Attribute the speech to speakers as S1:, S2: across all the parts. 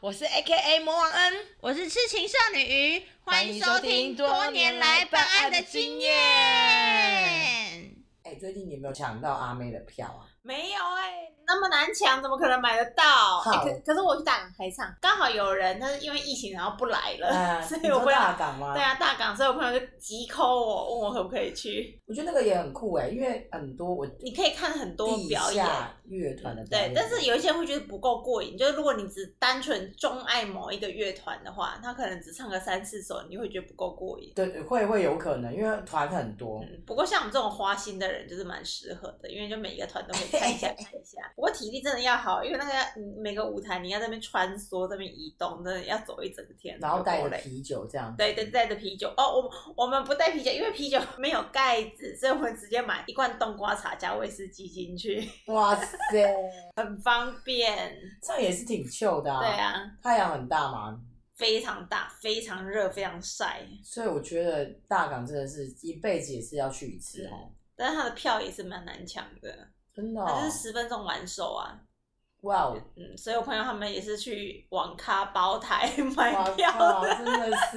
S1: 我是 A K A 魔王恩，
S2: 我是痴情少女鱼，欢迎收听
S1: 多
S2: 多
S1: 年
S2: 年
S1: 来
S2: 来
S1: 办
S2: 办
S1: 案
S2: 案
S1: 的
S2: 的
S1: 经
S2: 经
S1: 验
S2: 验。
S3: 哎、最近你有没有抢到阿妹的票 啊？
S2: 没有哎、那么难抢，怎么可能买得到？
S3: 好
S2: 哎可可是我去大港开唱，刚好有人，他是因为疫情然后不来了， 所
S3: 哎你
S2: 以我
S3: 说
S2: 不
S3: 大
S2: 要。
S3: 港吗？
S2: 对啊，大港，所以我朋友就急 call 我，问我可不可以去。
S3: 我觉得那个也很酷哎、因为很多我
S2: 你可以看很多
S3: 地
S2: 表演，
S3: 下乐团的
S2: 对
S3: 表演，
S2: 但是有一些人会觉得不够过瘾。就是如果你只单纯钟爱某一个乐团的话，他可能只唱个三四首，你会觉得不够过瘾。
S3: 对会会有可能，因为团很多。
S2: 嗯，不过像我们这种花心的人就是蛮适合的，因为就每一个团都可以看一下看一 下。不过体力真的要好，因为那个嗯每个舞台你要在那边穿梭、在那边移动，真的要走一整天，
S3: 然后带
S2: 有
S3: 着
S2: 够累。
S3: 啤酒这样子，
S2: 对对，带着啤酒哦，我们我们不带啤酒，因为啤酒没有盖子，所以我们直接买一罐冬瓜茶加威士忌进去，
S3: 哇塞，
S2: 很方便。
S3: 这样也是挺秀的啊。
S2: 对，啊，
S3: 太阳很大嘛，
S2: 非常大，非常热，非常晒，
S3: 所以我觉得大港真的是一辈子也是要去一次哦，
S2: 但是它的票也是蛮难抢的，
S3: 真的、
S2: 嗯它
S3: 哦
S2: 就，是十分钟完售啊。
S3: 哇哦，
S2: 嗯，所以我朋友他们也是去网咖包台买
S3: 哇
S2: 票
S3: 靠，
S2: 的，
S3: 真的是，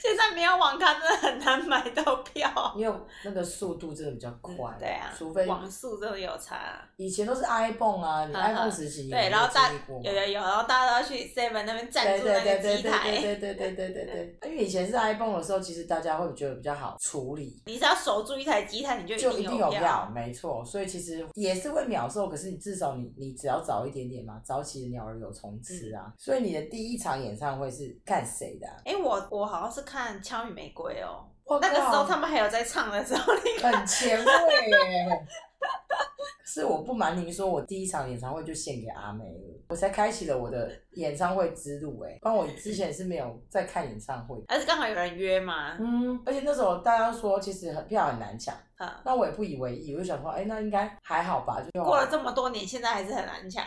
S2: 现在没有网咖真的很难买到票。
S3: 因为那个速度真的比较快，
S2: 对啊，
S3: 除非
S2: 网速真的有差。
S3: 以前都是 iPhone 啊，你
S2: 嗯嗯
S3: iPhone 时期
S2: 对，
S3: 有
S2: 然后大
S3: 经历过吗
S2: 有有有，然后大家都要去 Seven 那边赞
S3: 对
S2: 助
S3: 对
S2: 那
S3: 对
S2: 个
S3: 对
S2: 机
S3: 对
S2: 台，
S3: 对对对对 对对对，因为以前是 iPhone 的时候，其实大家会觉得比较好处理，
S2: 你只要守住一台机台，你就
S3: 就一
S2: 定
S3: 定有
S2: 票
S3: 料，。没错。所以其实也是会秒售，可是你至少你你只要早一点点嘛，早起的鸟儿有虫吃啊。
S2: 嗯
S3: 所以你的第一场演唱会是看谁的、啊？
S2: 哎，我我好像是看《枪与玫瑰》哦，
S3: 我
S2: 那个时候
S3: 靠
S2: 他们还有在唱的时候，你
S3: 很前卫耶。可 是我不瞒您说，我第一场演唱会就献给阿妹了，我才开启了我的演唱会之路哎。不然我之前是没有在看演唱会的，
S2: 还是刚好有人约嘛？
S3: 嗯，而且那时候大家说其实很票很难抢，
S2: 啊，
S3: 那我也不以为意，我就想说，哎、那应该还好吧，就
S2: 过了这么多年，现在还是很难抢。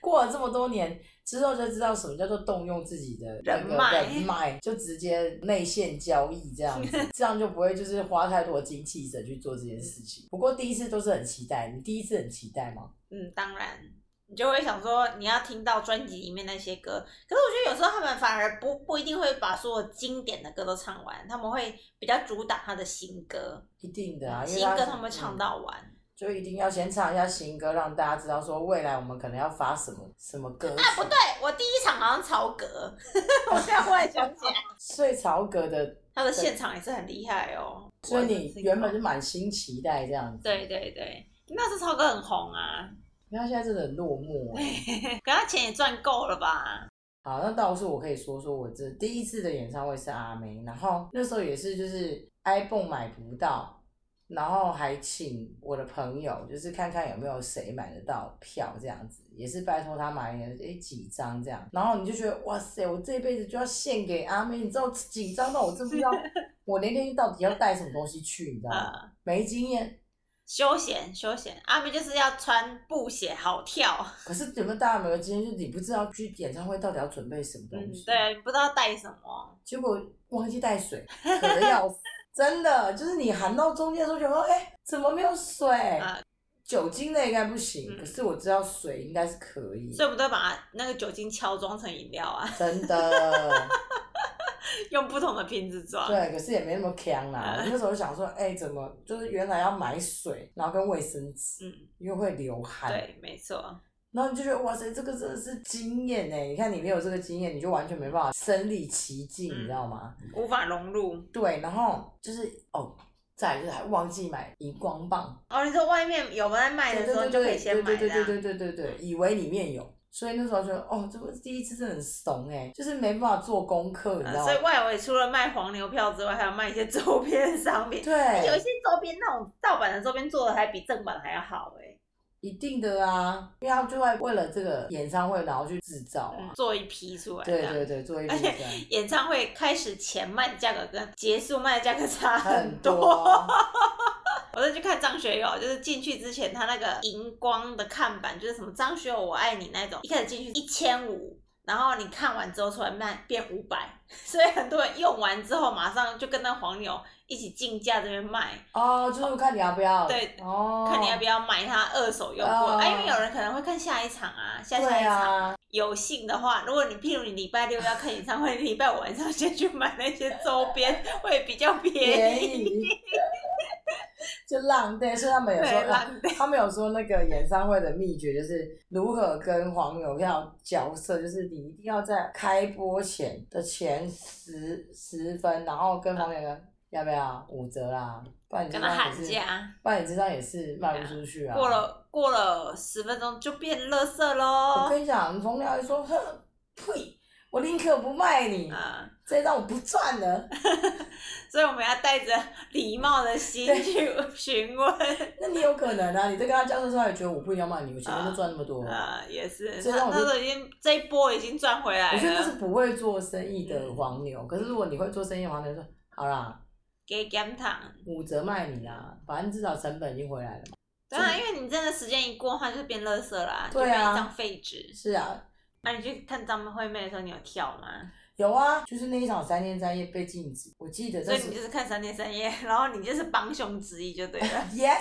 S3: 过了这么多年之后，就知道什么叫做动用自己的那个
S2: 人脉
S3: 人脉，就直接内线交易这样子， 这样就不会就是花太多精气神去做这件事情。不过第一次都是很期待，你第一次很期待吗？
S2: 嗯，当然，你就会想说你要听到专辑里面那些歌，可是我觉得有时候他们反而不不一定会把所有经典的歌都唱完，他们会比较主打他的新歌，
S3: 一定的啊，因为
S2: 新歌他们
S3: 们
S2: 会唱到完。
S3: 就一定要先唱一下新歌，让大家知道说未来我们可能要发什么什么歌曲。
S2: 啊，不对，我第一场好像曹格，我现在忽然想起 来，
S3: 所以曹格的，
S2: 他的现场也是很厉害哦。
S3: 所以
S2: 我是
S3: 你
S2: 听
S3: 原
S2: 过
S3: 本就满心期待这样子。
S2: 对对对，那时候曹格很红啊，
S3: 你看现在真的很落寞哎、
S2: 可他钱也赚够了吧？
S3: 好，那倒是我可以说说，我这第一次的演唱会是阿妹，然后那时候也是就是 iPhone 买不到，然后还请我的朋友就是看看有没有谁买得到票这样子，也是拜托他买了诶几张这样，然后你就觉得哇塞，我这辈子就要献给阿妹，你知道紧张到我真 不知道我那天到底要带什么东西去，你知道吗？
S2: 啊
S3: 没经验，
S2: 休闲休闲，阿妹就是要穿布鞋好跳。
S3: 可是有没有大家有没有经验，就是你不知道去演唱会到底要准备什么东
S2: 嗯
S3: 西，，
S2: 对，不知道带什么。
S3: 结果忘记带水，渴的要死。 真的，就是你喊到中间的时候，觉得说，哎、怎么没有水？
S2: 啊
S3: 酒精类应该不行，
S2: 嗯
S3: 可是我知道水应该是可以
S2: 所。以我们都把那个酒精敲装成饮料啊，
S3: 真的，
S2: 用不同的瓶子装。
S3: 对，可是也没那么强啦。
S2: 啊
S3: 我那时候想说，哎、怎么就是原来要买水，然后跟卫生纸，
S2: 嗯，
S3: 因为会流汗。
S2: 对，没错，
S3: 然后你就觉得哇塞，这个真的是经验哎！你看你没有这个经验，你就完全没办法身临其境，
S2: 嗯
S3: 你知道吗？
S2: 无法融入。
S3: 对，然后就是哦，再来就是还忘记买荧光棒，
S2: 哦，你说外面有在卖的时候，你就可以先买
S3: 对对对
S2: 的啊。
S3: 对对对对，以为里面有，所以那时候觉得哦，这个第一次真的很怂哎、就是没办法做功课，你知
S2: 呃
S3: 道
S2: 所以
S3: 吗？
S2: 外围除了卖黄牛票之外，还有卖一些周边商品。有一
S3: 对，
S2: 些周边那种盗版的周边做的还比正版还要好哎、
S3: 一定的啊，因为他们就会为了这个演唱会，然后去制造啊，
S2: 嗯做一批出来
S3: 对
S2: 这样
S3: 对对，做一批
S2: 而且
S3: 这样
S2: 演唱会开始前卖的价格跟结束卖的价格差
S3: 很
S2: 多。
S3: 多，
S2: 我再去看张学友，就是进去之前他那个荧光的看板，就是什么张学友我爱你那种，一开始进去一千五。然后你看完之后出来卖变五百， 所以很多人用完之后马上就跟那黄牛一起竞价这边卖，
S3: 哦，就是看你要不要，
S2: 对
S3: 哦，
S2: 看你要不要买他二手用过、
S3: 哦
S2: 啊，因为有人可能会看下一场啊，下下
S3: 对
S2: 一场。
S3: 啊，
S2: 有幸的话，如果你譬如你礼拜六要看演唱会，礼拜五晚上先去买那些周边，会比较便
S3: 便
S2: 宜。
S3: 宜， 就浪费。所以他们有
S2: 对，
S3: 说，啊
S2: 浪费。
S3: 他们有说那个演唱会的秘诀就是如何跟黄牛票交涉，就是你一定要在开播前的前十十分，然后跟黄牛说要不要五折啦，不然你
S2: 啊跟
S3: 这
S2: 他
S3: 张也
S2: 喊
S3: 是，
S2: 价，
S3: 不然你这张也是卖不出去啊。
S2: 过了过了十分钟就变垃圾
S3: 我
S2: 喽。
S3: 跟你讲，冯辽一说，哼，呸，我宁可不卖你，
S2: 啊、
S3: 这张我不赚了。
S2: 所以我们要带着礼貌的心
S3: 对
S2: 去 询问。
S3: 那你有可能啊，你在跟他交涉之后，也觉得我不一定要卖你，我前面就赚那么多。
S2: 啊、也是，
S3: 所以
S2: 他
S3: 让我
S2: 他
S3: 就
S2: 都已经这一波已经赚回来
S3: 我觉得这
S2: 了
S3: 是，不会做生意的黄
S2: 嗯
S3: 牛，可是如果你会做生意的黄牛说，好啦，
S2: 给减糖。
S3: 五折卖你啦，反正至少成本已经回来了嘛。
S2: 对啊，因为你真的时间一过，它就变垃圾啦，就
S3: 对
S2: 变
S3: 啊
S2: 一张废纸。
S3: 是啊，
S2: 那、你去看张惠妹的时候，你有跳吗？
S3: 有啊，就是那一场三天三夜被禁止，我记得
S2: 所
S3: 这
S2: 以
S3: 是
S2: 你就是看三天三夜，然后你就是帮凶之一就对 了。
S3: yes，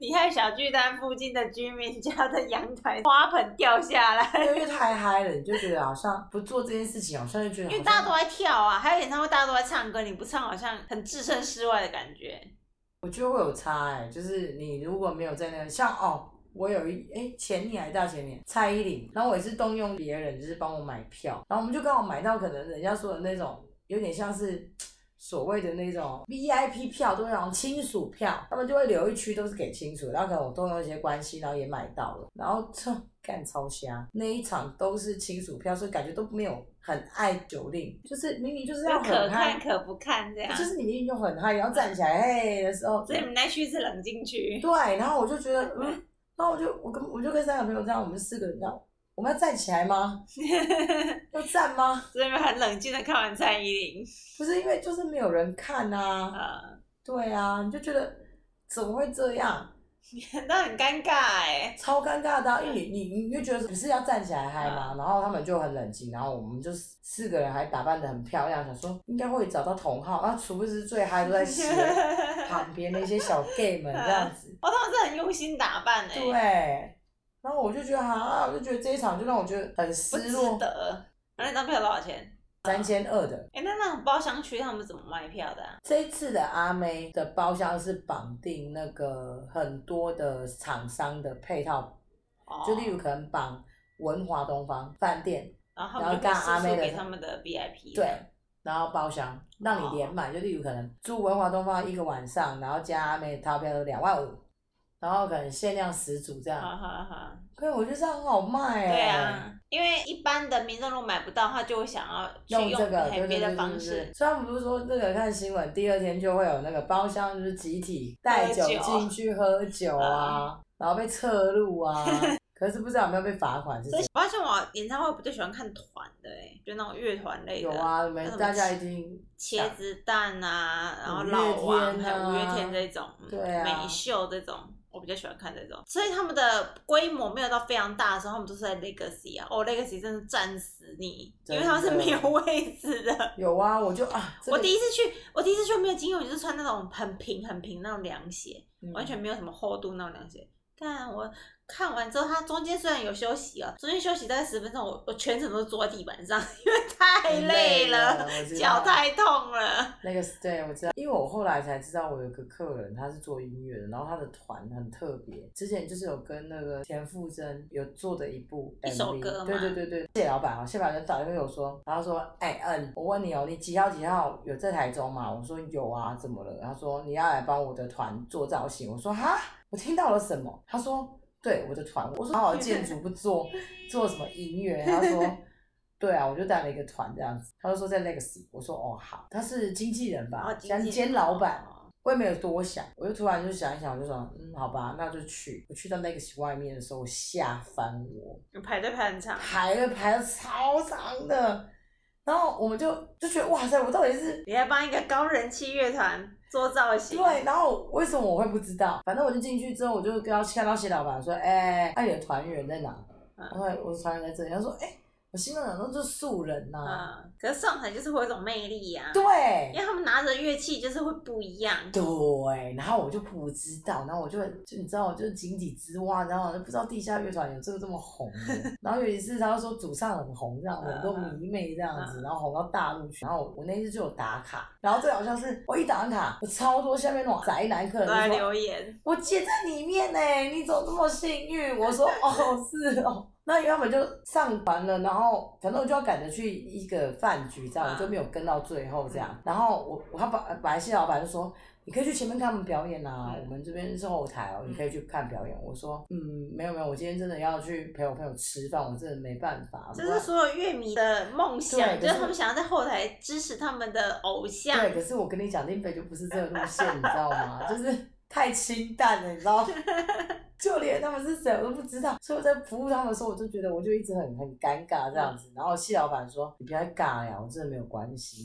S2: 你害小巨蛋附近的居民家的阳台花盆掉下来，
S3: 因为太嗨了，你就觉得好像不做这件事情，好像就觉得
S2: 因为
S3: 好像
S2: 大家都在跳啊，还有演唱会大家都在唱歌，你不唱好像很置身事外的感觉。
S3: 我觉得会有差哎、就是你如果没有在那个像哦，我有一哎、前年还大前年蔡依林，然后我也是动用别人就是帮我买票，然后我们就刚好买到可能人家说的那种有点像是所谓的那种 VIP 票，都是那种亲属票，他们就会留一区都是给亲属，然后可能我动用一些关系，然后也买到了，然后这干超瞎，那一场都是亲属票，所以感觉都没有很爱九令，就是明明就是要
S2: 可看
S3: 很嗨。
S2: 可不看这样，
S3: 就
S2: 所
S3: 是你明明就很嗨，然后站起来嘿的时候，
S2: 以你们那区是冷静区。
S3: 对，然后我就觉得，嗯，然后我就我跟我就跟三个朋友这样，我们四个人这样，我们要站起来 吗？要站吗？
S2: 所以你们很冷静的看完蔡依林，
S3: 不是因为就是没有人看啊，
S2: 啊，
S3: 对啊，你就觉得怎么会这样，
S2: 那很尴尬哎、
S3: 超尴尬的啊、因为你你你就觉得不是要站起来嗨吗？然后他们就很冷静，然后我们就四个人还打扮的很漂亮，想说应该会找到同好，啊，殊不知最嗨都 在洗 旁边那些小 gay 们这样子，
S2: 哦，他们是很用心打扮哎、
S3: 对。然后我就觉得啊，我就觉得这一场就让我觉得很
S2: 不
S3: 失
S2: 值
S3: 落。
S2: 得。那那张票多少钱？
S3: 三千二的。
S2: 哎、那那种包厢区他们怎么卖票的、啊？
S3: 这一次的阿妹的包厢是绑定那个很多的厂商的配套，
S2: 哦
S3: 就例如可能绑文华东方饭店，
S2: 然后
S3: 然
S2: 他
S3: 后
S2: 们就
S3: 干
S2: 会
S3: 阿
S2: 私
S3: 妹
S2: 塾
S3: 的
S2: 给他们的 VIP
S3: 对，然后包厢让你
S2: 哦
S3: 连买，就例如可能住文华东方一个晚上，然后加阿妹的套票都两万五，然后可能限量十组这样，
S2: 哈哈哈，
S3: 可以我觉得这样很好卖
S2: 啊
S3: 哎、
S2: 对，啊，因为一般的民众如果买不到，他就会想要去
S3: 用这个
S2: 嘿
S3: 对对
S2: 别
S3: 对
S2: 的
S3: 对
S2: 方
S3: 对
S2: 式
S3: 对。。虽然我们不是说那个看新闻，第二天就会有那个包厢就是集体带酒
S2: 喝酒嗯
S3: 进去喝酒啊， 然后被侧录啊， 可是不知道有没有被罚款是
S2: 所
S3: 谁
S2: 以。我发现我演唱会不就喜欢看团的哎、就那种乐团类的。
S3: 有啊，我们
S2: 那种
S3: 大家一定
S2: 茄子蛋啊，然后
S3: 五月
S2: 老王、
S3: 天
S2: 还有五月
S3: 啊
S2: 天这种，嗯
S3: 对啊
S2: 美秀这种，我比较喜欢看这种。所以他们的规模没有到非常大的时候，他们都是在 Legacy 啊，哦 Legacy 真的战死你，因为他们是
S3: 真的
S2: 没有位置的。
S3: 有啊，我就啊，这个
S2: 我第一次去，我第一次去没有经验，我就是穿那种很平很平那种凉鞋，
S3: 嗯
S2: 完全没有什么厚度那种凉鞋。但我看完之后，它中间虽然有休息啊，中间休息大概十分钟，我我全程都坐在地板上，因为太累了，，
S3: 我知
S2: 脚
S3: 道
S2: 太痛了。
S3: 那个是对，我知道，因为我后来才知道，我有个客人他是做音乐的，然后他的团很特别，之前就是有跟那个田馥甄有做的一部 MV,
S2: 一首歌嘛
S3: 对对对对，谢老板啊，谢老板就打电话给我说，然后说，哎、嗯，我问你哦，你几号几号有在台中吗？我说有啊，怎么了？他说你要来帮我的团做造型，我说哈，我听到了什么？他说对我的团，我说好好建筑不做，做什么音乐？他说。对啊，我就带了一个团这样子，他就说在 Legacy，我说哦好，他是经纪人吧，
S2: 哦，
S3: 乡间老板，我也没有多想，我就突然就想一想，我就想，嗯，好吧，那就去。我去到 Legacy 外面的时候，我吓翻我，
S2: 排队排很长，
S3: 排了排了超长的，然后我们就就觉得哇塞，我到底是
S2: 你还帮一个高人气乐团做造型，
S3: 对，然后为什么我会不知道？反正我就进去之后，我就跟他看到谢老板说，哎、那、你的团员在哪？
S2: 嗯
S3: 然后我的团员在这里，他说，哎、我心中想说，就素人呐、
S2: 嗯，可是上台就是会有一种魅力呀、
S3: 对，
S2: 因为他们拿着乐器就是会不一样。
S3: 对，然后我就不知道，然后我就就你知道，我就是井底之蛙，然后我就不知道地下乐团有这个这么红的。然后有一次他就说主唱很红，这样我都迷妹这样子，然后红到大陆去。然后我我那一次就有打卡，然后最好笑是我一打完卡，我超多下面那种宅男客
S2: 都在
S3: 人就说
S2: 留言，
S3: 我姐在里面呢、你怎么这么幸运？我说哦是哦，那因为他们就上班了，然后反正我就要赶着去一个饭局，这
S2: 嗯
S3: 样我就没有跟到最后这样。然后我我他本本来谢老板就说。你可以去前面看他们表演啊，
S2: 嗯
S3: 我们这边是后台哦，你可以去看表演。我说，嗯，没有没有，我今天真的要去陪我朋友吃饭，我真的没办法。
S2: 这
S3: 不
S2: 是
S3: 然
S2: 所有乐迷的梦想，就是
S3: 对可是
S2: 他们想要在后台支持他们的偶像。
S3: 对，可是我跟你讲，林北就不是这个路线，你知道吗？ 就是太清淡了，你知道。就连他们是谁我都不知道，所以我在服务他们的时候，我就觉得我就一直很很尴尬这样子。然后谢老板说：“你不要尬呀，我真的没有关系，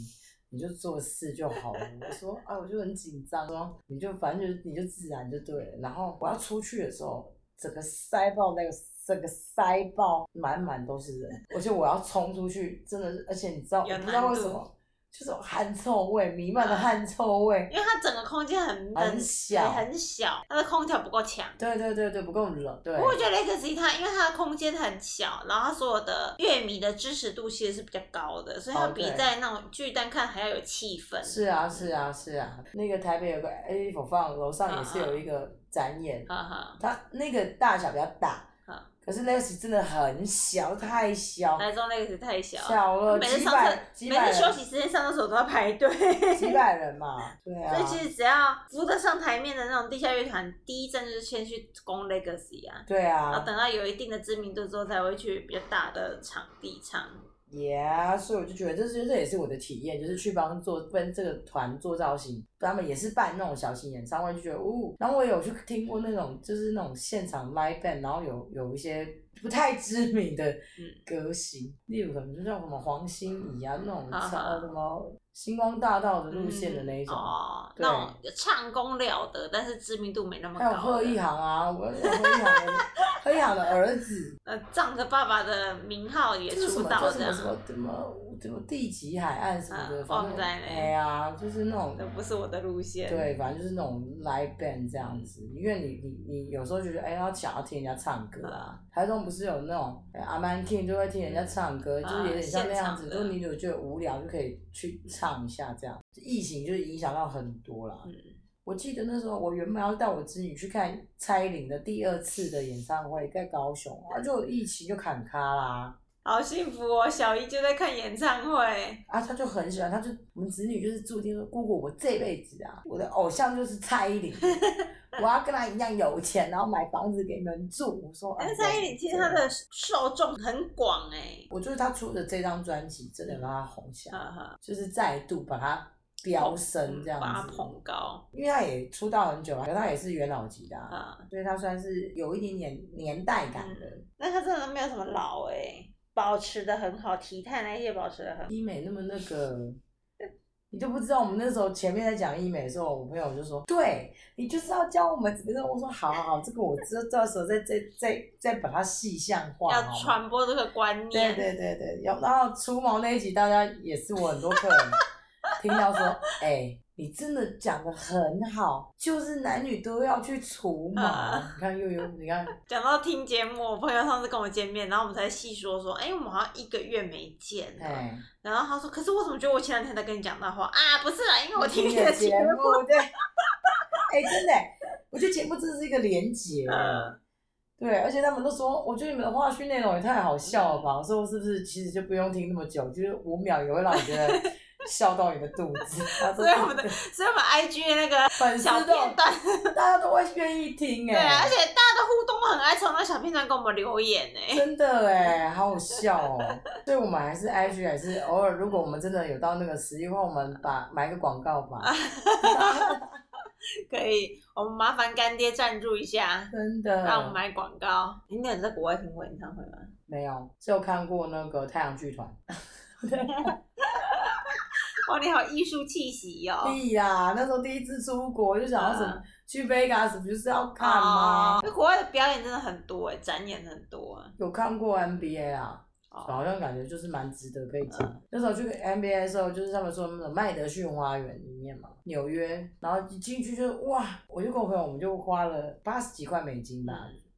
S3: 你就做事就好了。”我说：“啊，我就很紧张，说你就反正就你就自然就对了。”然后我要出去的时候，整个塞爆那个整个塞爆，满满都是人，而且我要冲出去，真的是，而且你知道，
S2: 有
S3: 我不知道为什
S2: 难
S3: 么。就是汗臭味，弥
S2: 啊
S3: 漫的汗臭味。
S2: 因为它整个空间很
S3: 很小
S2: 很小，它的空调不够强。
S3: 对对对对，不够冷。对
S2: 不，过我觉得雷克斯它因为它的空间很小，然后它所有的乐迷的支持度其实是比较高的，所以它
S3: 哦
S2: 比
S3: 对
S2: 在那种巨蛋看还要有气氛。
S3: 是啊是啊是啊。那个台北有个 A 否放，楼
S2: 啊
S3: 上也是有一个展演，
S2: 哈哈，
S3: 它那个大小比较大
S2: 嗯，
S3: 可是 Lexi 真的很小，太小，
S2: 台中雷克斯太小，
S3: 小了
S2: 每次
S3: 几
S2: 上
S3: 百
S2: 厕，
S3: 几
S2: 每
S3: 百
S2: 次休
S3: 人，
S2: 息时间上厕所都要排队。
S3: 几百人嘛。对啊
S2: 所以，其实只要扶得上台面的那种地下乐团，第一站就是先去攻 Legacy 啊，
S3: 对
S2: 然后
S3: 啊，
S2: 等到有一定的知名度之后，才会去比较大的场地唱。
S3: 也啊，所以我就觉得这这这也是我的体验，就是去帮做跟这个团做造型，他们也是办那种小型演唱会，就觉得哦，然后我有去听过那种就是那种现场 live band，然后有有一些不太知名的
S2: 嗯
S3: 歌星，例如什么就像什么黄心怡啊那种
S2: 啊哈
S3: 超什么星光大道的路线的那一种。
S2: 嗯哦，
S3: 对
S2: 那种唱功了得，但是知名度没那么
S3: 还有
S2: 高
S3: 贺一
S2: 的。
S3: 航啊，我有贺一航的，贺一航的儿子，
S2: 呃，仗着爸爸的名号 也
S3: 这是什
S2: 出
S3: 么
S2: 道
S3: 叫什
S2: 这
S3: 么
S2: 样
S3: 什，么什么什么地级海岸什么的，
S2: 嗯
S3: 反
S2: 旺
S3: 正
S2: 仔呢
S3: 哎呀，就是那种
S2: 这不是我的路线。
S3: 对，反正就是那种 live band 这样子，因为你你你有时候觉得哎，要想要听人家唱歌
S2: 嗯
S3: 啊，台中不是有那种哎阿曼 king 就会听人家唱歌，就是有点像那样子，
S2: 啊现场的
S3: 就是你有觉得无聊就可以去唱一下这样。疫情就是影响到很多啦。
S2: 嗯
S3: 我记得那时候我原本要带我侄女去看蔡依林的第二次的演唱会，在高雄，啊，就疫情就砍咖啦。
S2: 好幸福哦，小姨就在看演唱会。
S3: 啊，他就很喜欢，他就我们子女就是注定说，姑姑，我这辈子啊，我的偶像就是蔡依林， 我要跟她一样有钱，然后买房子给你们住。我说，
S2: 但
S3: 啊
S2: 是蔡依林其实她，的受众很广哎、
S3: 我觉得她出的这张专辑真的让她红起来，
S2: 哈啊哈，
S3: 就是再度把她飙升这样
S2: 把她
S3: 子，
S2: 捧高
S3: 因为她也出道很久啊，可她也是元老级的、
S2: 啊。嗯
S3: 啊，所以她算是有一点点年代感的。
S2: 那他真的没有什么老哎、保持的很好，体态那些保持的很好。
S3: 医美那么那个，你都不知道。我们那时候前面在讲医美的时候，我朋友就说：“对你就是要教我们怎么弄。”我说：“好好好，这个我知道，到时候再再再再把它细项化。”
S2: 要传播这个观
S3: 对
S2: 念，
S3: 对对对，有。然后除毛那一集，大家也是我很多客人听到说：“哎、你真的讲的很好，就是男女都要去除毛。
S2: 啊
S3: 你看悠悠，你 看
S2: 讲到听节目，我朋友上次跟我见面，然后我们才细说说，哎、我们好像一个月没见了。
S3: 哎，
S2: 然后他说，可是我怎么觉得我前两天在跟你讲那话啊？不是啦，因为我听你
S3: 你
S2: 的
S3: 的
S2: 节
S3: 节
S2: 目。
S3: 目，对， 哎、真的、我觉得节目真的是一个连结。
S2: 嗯
S3: 对，而且他们都说，我觉得你们的话絮内容也太好笑了
S2: 嗯
S3: 吧？我说是不是其实就不用听那么久，就是五秒也会让你 觉得笑到你的肚子。他
S2: 所
S3: 说
S2: 以我们的，所以我们 IG 的那个
S3: 粉丝
S2: 小
S3: 都
S2: 片段，
S3: 大家都会愿意听
S2: 对啊，
S3: 哎、
S2: 而且大家的互动很爱从那小片段跟我们留言哎、
S3: 真的哎、好好笑哦、所以我们还是 IG 还是偶尔，如果我们真的有到那个实力的话，我们把买个广告吧。
S2: 啊可以，我们麻烦干爹赞助一下。
S3: 真的，
S2: 让我们买广告。你有在国外听过演唱会吗？
S3: 没有，只有看过那个太阳剧团。
S2: 哇，你好艺术气息哦！
S3: 屁呀、那时候第一次出国就想要什么、
S2: 嗯哦
S3: 去 Vegas 不就是要看
S2: 欸
S3: 吗？
S2: 哦因为国外的表演真的很多哎，展演很多啊。
S3: 有看过 NBA 啊？
S2: 哦，
S3: 好像感觉就是蛮值得可以讲。那时候去 NBA 的时候，就是他们说那种麦德逊花园里面嘛，纽约，然后一进去就哇，我就跟我朋友，我们就花了八十几块美金吧。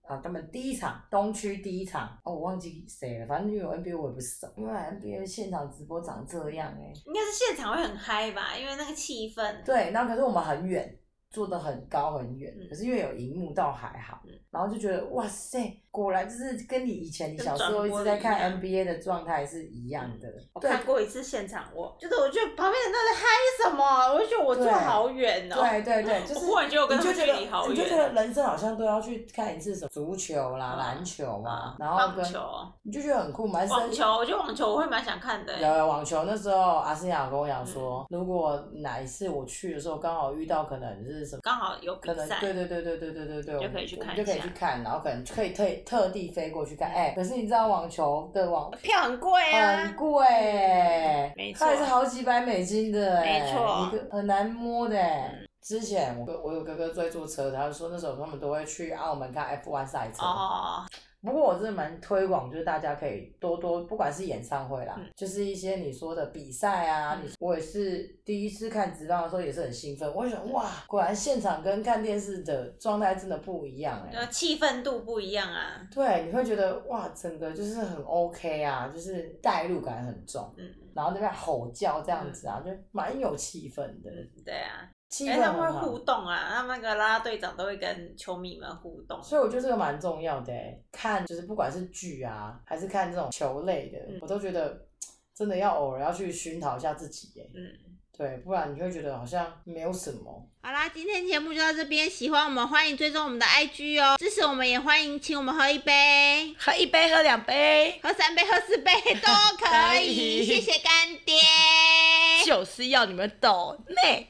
S3: 啊，他们第一场东区第一场，哦，我忘记谁了，反正因为有 NBA 我也不熟，因为 NBA 现场直播长这样哎、
S2: 应该是现场会很嗨吧，因为那个气氛。
S3: 对，然后可是我们很远，坐得很高很远，
S2: 嗯
S3: 可是因为有荧幕倒还好，
S2: 嗯
S3: 然后就觉得哇塞，果然就是跟你以前你
S2: 跟
S3: 小时候
S2: 转
S3: 一
S2: 播
S3: 直
S2: 的
S3: 在
S2: 一
S3: 看
S2: 样嗯
S3: NBA 的状态是一样的。
S2: 我
S3: 对
S2: 看过一次现场，我就是我觉得旁边的人在嗨什么，我就觉得我坐好远哦、
S3: 对对 对，就是
S2: 我忽然觉得我跟
S3: 你
S2: 他
S3: 就
S2: 们
S3: 觉
S2: 距
S3: 得
S2: 离好
S3: 你就觉
S2: 远。
S3: 得人生好像都要去看一次什么足球啦、
S2: 嗯
S3: 篮球啊，然后
S2: 棒
S3: 跟
S2: 球、哦
S3: 你就觉得很酷，蛮
S2: 网
S3: 深。
S2: 球，我觉得网球我会蛮想看的、
S3: 有有网球那时候，阿森雅跟我
S2: 嗯
S3: 讲说，如果哪一次我去的时候刚好遇到可能是什么，
S2: 刚好有比
S3: 可能
S2: 赛，
S3: 对对对对对对对对，我
S2: 就
S3: 们
S2: 可以去
S3: 我们
S2: 看
S3: 就
S2: 一
S3: 可以
S2: 下
S3: 去看，然后可能可以特特地飞过去看。哎，可是你知道网球的网
S2: 票很贵啊，嗯
S3: 很贵欸，
S2: 没
S3: 它也
S2: 错
S3: 是好几百美金的欸，
S2: 没错嗯
S3: 一个很难摸的欸。之前我我有哥哥在坐车的，他就说那时候他们都会去澳门看 F1 赛车。
S2: 哦，
S3: 不过我真的蛮推广，就是大家可以多多，不管是演唱会啦，
S2: 嗯
S3: 就是一些你说的比赛啊，
S2: 嗯
S3: 我也是第一次看直棒的时候也是很兴奋，我就想哇，果然现场跟看电视的状态真的不一样哎、
S2: 呃，气氛度不一样啊，
S3: 对，你会觉得哇，整个就是很 OK 啊，就是代入感很重。
S2: 嗯，
S3: 然后在那边吼叫这样子啊，就蛮有气氛的，
S2: 对啊，
S3: 气
S2: 哎，
S3: 氛
S2: 他们
S3: 很
S2: 会
S3: 好
S2: 互。动啊，他们那个啦啦队长都会跟球迷们互动，
S3: 所以我觉得这个蛮重要的、欸，看就是不管是剧啊，还是看这种球类的，
S2: 嗯
S3: 我都觉得嘖真的要偶尔要去熏陶一下自己、欸，
S2: 嗯，
S3: 对，不然你会觉得好像没有什么。
S1: 好啦，今天节目就到这边，喜欢我们欢迎追踪我们的 IG 哦，支持我们也欢迎请我们喝一杯、
S2: 喝一杯，喝两杯，
S1: 哎喝三杯、喝四杯都可
S4: 可
S1: 以，
S4: 以
S1: 谢谢干爹。
S4: 就是要你们懂内。